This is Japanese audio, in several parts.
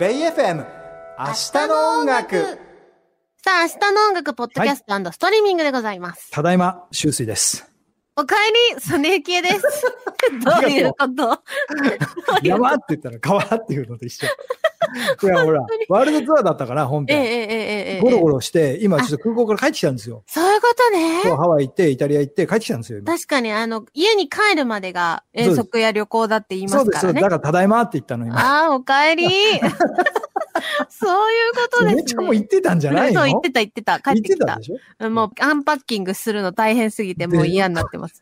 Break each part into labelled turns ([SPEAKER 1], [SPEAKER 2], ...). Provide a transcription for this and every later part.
[SPEAKER 1] ベイ FM 明日の音楽
[SPEAKER 2] さあ、明日の音楽、ポッドキャストストリーミングでございます。
[SPEAKER 3] ただいま、周水 です。
[SPEAKER 2] おかえり、ソネイキエ です。どういうこと
[SPEAKER 3] 山って言ったら川っていうのと一緒。 いや、ほら、ワールドツアーだったから、本
[SPEAKER 2] えええ
[SPEAKER 3] 編。
[SPEAKER 2] ええええ
[SPEAKER 3] ゴロゴ
[SPEAKER 2] ロ。
[SPEAKER 3] ロして、今ちょっと空港から帰ってきたんですよ。
[SPEAKER 2] そういうこと
[SPEAKER 3] 今日
[SPEAKER 2] ね。
[SPEAKER 3] ハワイ行って、イタリア行って帰ってきたんですよ、今。
[SPEAKER 2] 確かに、あの、家に帰るまでが遠足や旅行だって言いま
[SPEAKER 3] そう
[SPEAKER 2] す
[SPEAKER 3] です、
[SPEAKER 2] か
[SPEAKER 3] そう
[SPEAKER 2] らね
[SPEAKER 3] です。だ。から、ただいまって言ったの、今。
[SPEAKER 2] ああ、おかえり。 そういうことですね。
[SPEAKER 3] めっちゃんもう行ってたんじゃない
[SPEAKER 2] そ
[SPEAKER 3] の
[SPEAKER 2] う、言ってた言ってた。帰ってき
[SPEAKER 3] 行
[SPEAKER 2] た
[SPEAKER 3] で。しょ
[SPEAKER 2] もう、アンパッキングするの大変すぎて、もう嫌になってます。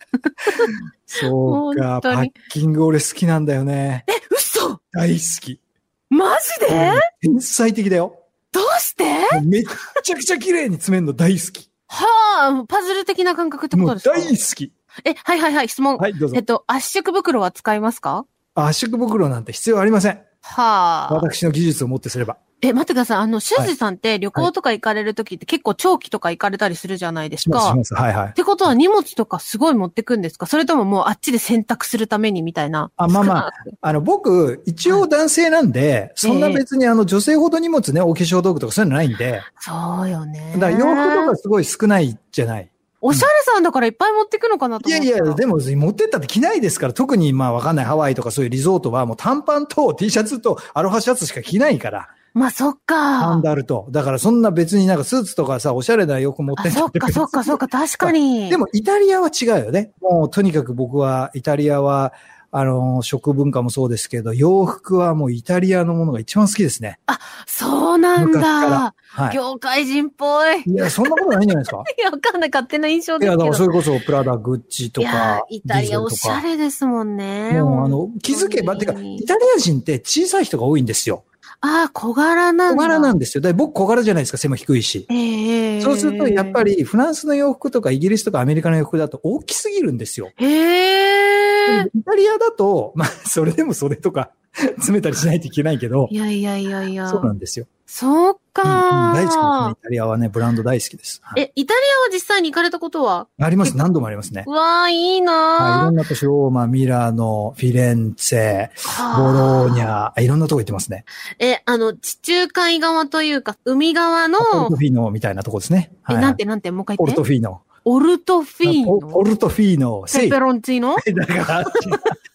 [SPEAKER 3] そう
[SPEAKER 2] 本、
[SPEAKER 3] かパ
[SPEAKER 2] 当
[SPEAKER 3] ッ
[SPEAKER 2] に
[SPEAKER 3] キング俺好きなんだよね。
[SPEAKER 2] 嘘
[SPEAKER 3] 大好き。
[SPEAKER 2] マジで
[SPEAKER 3] 天才的だよ。
[SPEAKER 2] どうして
[SPEAKER 3] もうめっちゃくちゃ綺麗に詰めるの大好き。
[SPEAKER 2] はあ、パズル的な感覚ってこ
[SPEAKER 3] も
[SPEAKER 2] と
[SPEAKER 3] う
[SPEAKER 2] ですか
[SPEAKER 3] 大好き。
[SPEAKER 2] え、はいはいはい、質問。
[SPEAKER 3] はい、どうぞ
[SPEAKER 2] えっ。と、圧縮袋は使いますか
[SPEAKER 3] 圧縮袋なんて必要ありません。
[SPEAKER 2] はあ。
[SPEAKER 3] 私の技術をもってすれば。
[SPEAKER 2] え、待ってください。あの、修士さんって旅行とか行かれるときって結構長期とか行かれたりするじゃないです
[SPEAKER 3] し
[SPEAKER 2] か。
[SPEAKER 3] ます、します。はいはい
[SPEAKER 2] っ。てことは荷物とかすごい持ってくんですかそれとももうあっちで洗濯するためにみたいな。
[SPEAKER 3] あまあま
[SPEAKER 2] あ。
[SPEAKER 3] あの、僕、一応男性なんで、そんな別にあの、女性ほど荷物ね、お化粧道具とかそういうのないんで、
[SPEAKER 2] そうよね。
[SPEAKER 3] だから洋服とかすごい少ないじゃない。
[SPEAKER 2] おしゃれさんだからいっぱい持ってくのかなと
[SPEAKER 3] い
[SPEAKER 2] 思
[SPEAKER 3] や
[SPEAKER 2] った。
[SPEAKER 3] いや、でも持ってったって着ないですから、特にまあわかんないハワイとかそういうリゾートはもう短パンと T シャツとアロハシャツしか着ないから、
[SPEAKER 2] まあそっ
[SPEAKER 3] サ
[SPEAKER 2] か
[SPEAKER 3] ン。ダルと。だからそんな別になんかスーツとかさ、おしゃれな洋服持って
[SPEAKER 2] あ、
[SPEAKER 3] った
[SPEAKER 2] そっかそっかそっか、確かに。
[SPEAKER 3] でもイタリアは違うよね。もうとにかく僕はイタリアは、あの、食文化もそうですけど、洋服はもうイタリアのものが一番好きですね。
[SPEAKER 2] そうなん
[SPEAKER 3] 昔から
[SPEAKER 2] だ。
[SPEAKER 3] はい。
[SPEAKER 2] 業界人っぽい。
[SPEAKER 3] いや、そんなことないんじゃないですか。
[SPEAKER 2] いや、わかんない。勝手な印象
[SPEAKER 3] い
[SPEAKER 2] ですけ
[SPEAKER 3] や、だか
[SPEAKER 2] ど。
[SPEAKER 3] らそれこそプラダ、グッチと
[SPEAKER 2] いや
[SPEAKER 3] か、
[SPEAKER 2] イタ
[SPEAKER 3] ディ
[SPEAKER 2] リ
[SPEAKER 3] ズ
[SPEAKER 2] ア
[SPEAKER 3] ニー
[SPEAKER 2] お
[SPEAKER 3] と
[SPEAKER 2] しゃ
[SPEAKER 3] か。
[SPEAKER 2] れですもんね。
[SPEAKER 3] もうあ
[SPEAKER 2] 本
[SPEAKER 3] の、気づけば、
[SPEAKER 2] 本
[SPEAKER 3] て
[SPEAKER 2] 当
[SPEAKER 3] か、
[SPEAKER 2] に
[SPEAKER 3] イタリア人って小さい人が多いんですよ。
[SPEAKER 2] 当ああ、小柄なんだ。
[SPEAKER 3] 小柄なん
[SPEAKER 2] だ。
[SPEAKER 3] ですよ。だから僕小柄じゃないですか、背も低いし。
[SPEAKER 2] ええ
[SPEAKER 3] そうすると、やっぱ
[SPEAKER 2] り。
[SPEAKER 3] りフランスの洋服とかイギリスとかアメリカの洋服だと大きすぎるんですよ。
[SPEAKER 2] ええ
[SPEAKER 3] イタリアだと、まあ、それでも袖とか詰めたりしないといけないけど
[SPEAKER 2] い、やいやいやいや。
[SPEAKER 3] そうなんですよ。
[SPEAKER 2] そう
[SPEAKER 3] うんうん
[SPEAKER 2] か、
[SPEAKER 3] 大好きですね。イタリアはね、ブランド大好きです。はい
[SPEAKER 2] え、イタリアは実際に行かれたことは
[SPEAKER 3] あります。何度もありますね
[SPEAKER 2] う。わあ、いい
[SPEAKER 3] はい、い
[SPEAKER 2] な
[SPEAKER 3] ろんな都市、ローマ、ミラノ、フィレンツェ、
[SPEAKER 2] ぁ
[SPEAKER 3] ボローニ。ャ、いろんなとこ行ってますね。
[SPEAKER 2] え、あの、地中海側というか、海側の、
[SPEAKER 3] ポルトフィーノみたいなとこですね。
[SPEAKER 2] え、
[SPEAKER 3] はい、
[SPEAKER 2] なんてなんて、もう一回
[SPEAKER 3] ポ
[SPEAKER 2] 言っ
[SPEAKER 3] ル
[SPEAKER 2] て
[SPEAKER 3] ト。フィーノ。
[SPEAKER 2] オルトフィー
[SPEAKER 3] ポポ
[SPEAKER 2] ノ。
[SPEAKER 3] ルトフィーノ、
[SPEAKER 2] ペ
[SPEAKER 3] セイ。
[SPEAKER 2] ペロンチーノ
[SPEAKER 3] だから、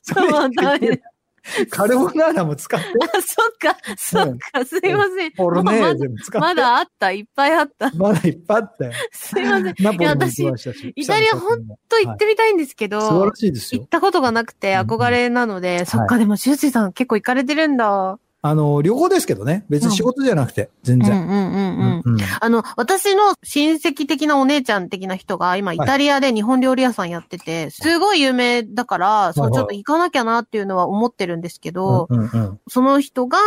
[SPEAKER 3] それ
[SPEAKER 2] そうだね。
[SPEAKER 3] カルボナーラも使って、
[SPEAKER 2] あ、そっか、そっか、すいません。
[SPEAKER 3] ポルネ
[SPEAKER 2] ま
[SPEAKER 3] ー
[SPEAKER 2] だ
[SPEAKER 3] ゼも使っ て、
[SPEAKER 2] まだあった、いっぱいあった。
[SPEAKER 3] まだいっぱいあったよ。
[SPEAKER 2] すいません。
[SPEAKER 3] ナポ
[SPEAKER 2] い
[SPEAKER 3] リ
[SPEAKER 2] や
[SPEAKER 3] も行
[SPEAKER 2] 私
[SPEAKER 3] きましたし。
[SPEAKER 2] イタリアほんと行ってみたいんですけど、
[SPEAKER 3] 素晴らしいです
[SPEAKER 2] 行
[SPEAKER 3] よ
[SPEAKER 2] っ。たことがなくて
[SPEAKER 3] うん
[SPEAKER 2] 憧れなので、そっか、でも、シュースイさん結構行かれてるんだ。
[SPEAKER 3] あの、旅行ですけどね。別に仕事じゃなくて、全
[SPEAKER 2] うんう
[SPEAKER 3] 然。
[SPEAKER 2] んうん
[SPEAKER 3] う
[SPEAKER 2] うん。
[SPEAKER 3] んうん
[SPEAKER 2] あの、私の親戚的なお姉ちゃん的な人が今イタリアで日本料理屋さんやってて、すごい有名だから、そ
[SPEAKER 3] は
[SPEAKER 2] う
[SPEAKER 3] い
[SPEAKER 2] ちょっと行かなきゃなっていうのは思ってるんですけど、
[SPEAKER 3] うんうん
[SPEAKER 2] その人が、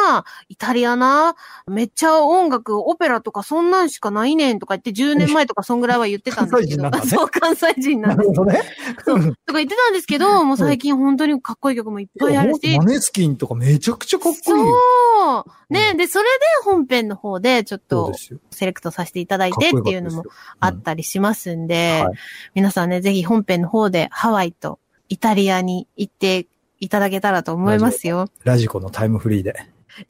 [SPEAKER 2] イタリアな、めっちゃ音楽、オペラとかそんなんしかないねんとか言って10年前とかそんぐらいは言ってたんですけど
[SPEAKER 3] 関西人
[SPEAKER 2] そう、関西人な
[SPEAKER 3] なんだ、ねなん
[SPEAKER 2] で
[SPEAKER 3] る
[SPEAKER 2] す。
[SPEAKER 3] ほどね。うん
[SPEAKER 2] とか言ってたんですけど、もう最近本当にかっこいい曲もいっぱいあるし
[SPEAKER 3] マ、ネスキンとかめちゃくちゃかっこいいよ。
[SPEAKER 2] そうね、で、それで本編の方でちょっ
[SPEAKER 3] そう
[SPEAKER 2] と
[SPEAKER 3] ですよ。
[SPEAKER 2] セレクトさせていただい
[SPEAKER 3] か
[SPEAKER 2] て
[SPEAKER 3] っこ
[SPEAKER 2] っ
[SPEAKER 3] よか
[SPEAKER 2] て
[SPEAKER 3] た
[SPEAKER 2] いう
[SPEAKER 3] で
[SPEAKER 2] の
[SPEAKER 3] す
[SPEAKER 2] も
[SPEAKER 3] よ
[SPEAKER 2] あったりしますんで、
[SPEAKER 3] はい
[SPEAKER 2] 皆さんね、ぜひ本編の方でハワイとイタリアに行っていただけたらと思いますよ。
[SPEAKER 3] ラジコのタイムフリーで。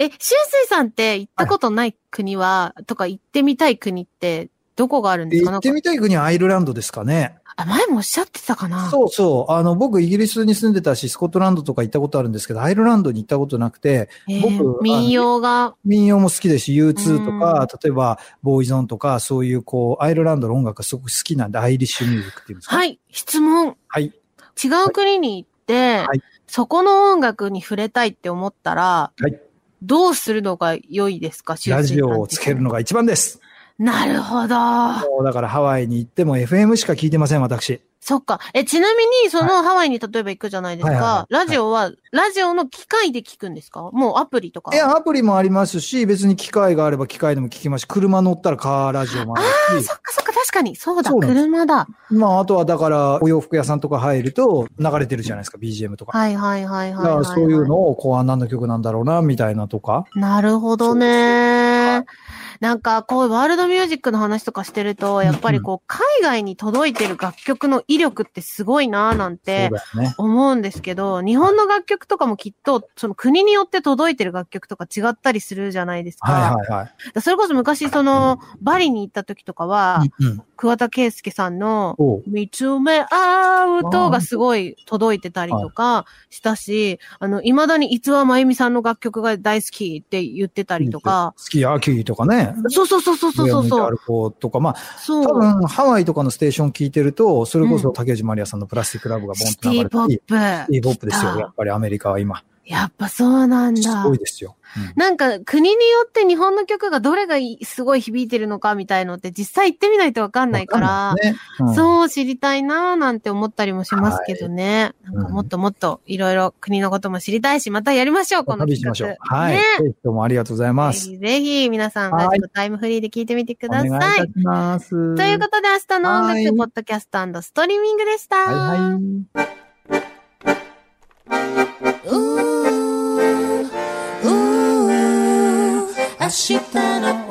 [SPEAKER 2] え、シュウスイさんって行ったことない国は、とか行ってみたい国ってどこがあるんですか
[SPEAKER 3] 行
[SPEAKER 2] なん
[SPEAKER 3] っ
[SPEAKER 2] か
[SPEAKER 3] てみたい国はアイルランドですかね。
[SPEAKER 2] あ、前もおっしゃってたかな
[SPEAKER 3] そうそう。あの、僕、イギリスに住んでたし、スコットランドとか行ったことあるんですけど、アイルランドに行ったことなくて、
[SPEAKER 2] えー
[SPEAKER 3] 僕
[SPEAKER 2] 民謡が、
[SPEAKER 3] 民謡も好きですし、U2 と
[SPEAKER 2] うん
[SPEAKER 3] か、例えば、ボーイゾンとか、そういう、こう、アイルランドの音楽がすごく好きなんで、アイリッシュミュージックっていうんですか。
[SPEAKER 2] はい、質問。
[SPEAKER 3] はい。
[SPEAKER 2] 違う国に行って、
[SPEAKER 3] はい
[SPEAKER 2] そこの音楽に触れたいって思ったら、
[SPEAKER 3] はい
[SPEAKER 2] どうするのが良いですか、シュウ
[SPEAKER 3] ラ
[SPEAKER 2] スイさん
[SPEAKER 3] ジオをつけるのが一番です。
[SPEAKER 2] なるほど。
[SPEAKER 3] もうだからハワイに行っても FM しか聞いてません、私。
[SPEAKER 2] そっか。え、ちなみに、そのハワイに例えば行くじゃないです
[SPEAKER 3] はいはいは
[SPEAKER 2] か。
[SPEAKER 3] いはい
[SPEAKER 2] ラジオは、ラジオの機械で聞くんですかもうアプリとか。
[SPEAKER 3] いや、アプリもありますし、別に機械があれば機械でも聞きますし、車乗ったらカーラジオもあるし
[SPEAKER 2] そ、っかそっか、確かに。そうだ、
[SPEAKER 3] そうなんです
[SPEAKER 2] 車だ。
[SPEAKER 3] まあ、あとはだから、お洋服屋さんとか入ると流れてるじゃないですか、BGM とか。
[SPEAKER 2] はいはいはいはい
[SPEAKER 3] だ
[SPEAKER 2] はい、
[SPEAKER 3] か
[SPEAKER 2] は
[SPEAKER 3] ら
[SPEAKER 2] い。
[SPEAKER 3] そういうのを、こう、あ何の曲なんだろうな、みたいなとか。
[SPEAKER 2] なるほど
[SPEAKER 3] そう
[SPEAKER 2] ね。なんかこう、ワールドミュージックの話とかしてると、やっぱりこう、海外に届いてる楽曲の威力ってすごいなぁなん
[SPEAKER 3] だ
[SPEAKER 2] て
[SPEAKER 3] よね。
[SPEAKER 2] 思うんですけど、日本の楽曲とかもきっと、その国によって届いてる楽曲とか違ったりするじゃないですか。
[SPEAKER 3] はいはいはい。
[SPEAKER 2] だからそれこそ昔、その、バリに行った時とかは、
[SPEAKER 3] うんうん
[SPEAKER 2] 桑田佳祐さんの、
[SPEAKER 3] おう
[SPEAKER 2] 見つめ合うとがすごい届いてたりとかしたし、あの、未だに逸話真由美さんの楽曲が大好きって言ってたりとか、
[SPEAKER 3] スキーアーキーとかね。
[SPEAKER 2] そうそうそうそうそうそう
[SPEAKER 3] 上を向いて
[SPEAKER 2] そ
[SPEAKER 3] 歩こうとか、まあ、多
[SPEAKER 2] う、
[SPEAKER 3] 分、ハワイとかのステーション聞いてると、それこ
[SPEAKER 2] う
[SPEAKER 3] そ
[SPEAKER 2] ん
[SPEAKER 3] 竹内まりやさんのプラスティックラブがボン
[SPEAKER 2] シテ
[SPEAKER 3] と流
[SPEAKER 2] ィ
[SPEAKER 3] れ
[SPEAKER 2] ポ
[SPEAKER 3] たり、
[SPEAKER 2] ッ
[SPEAKER 3] シ
[SPEAKER 2] プ。
[SPEAKER 3] ティポップです
[SPEAKER 2] あ
[SPEAKER 3] よ、
[SPEAKER 2] ー
[SPEAKER 3] やっぱりアメリカは今。
[SPEAKER 2] やっぱそうなん
[SPEAKER 3] す
[SPEAKER 2] だ
[SPEAKER 3] ごい。ですよ。うん
[SPEAKER 2] なんか国によって日本の曲がどれがいすごい響いてるのかみたいのって実際行ってみないとわかんないから
[SPEAKER 3] わ、んないねうん
[SPEAKER 2] そう知りたいなーなんて思ったりもしますけどね。
[SPEAKER 3] い
[SPEAKER 2] なんかもっともっといろいろ国のことも知りたいし、またやりましょう、この
[SPEAKER 3] 旅
[SPEAKER 2] 企
[SPEAKER 3] し
[SPEAKER 2] 画。
[SPEAKER 3] ましょう。はい
[SPEAKER 2] ね。
[SPEAKER 3] ぜひどうもありがとうございます
[SPEAKER 2] ぜ。ひぜひ皆さん、
[SPEAKER 3] はい
[SPEAKER 2] ラジコタイムフリーで聞いてみてく
[SPEAKER 3] お
[SPEAKER 2] だ
[SPEAKER 3] 願いい
[SPEAKER 2] さ
[SPEAKER 3] た
[SPEAKER 2] い
[SPEAKER 3] し。ます。
[SPEAKER 2] ということで、明日の音
[SPEAKER 3] はい
[SPEAKER 2] 楽、ポッドキャストストリーミングでした。
[SPEAKER 3] はいはい。
[SPEAKER 1] うーんうーん明日の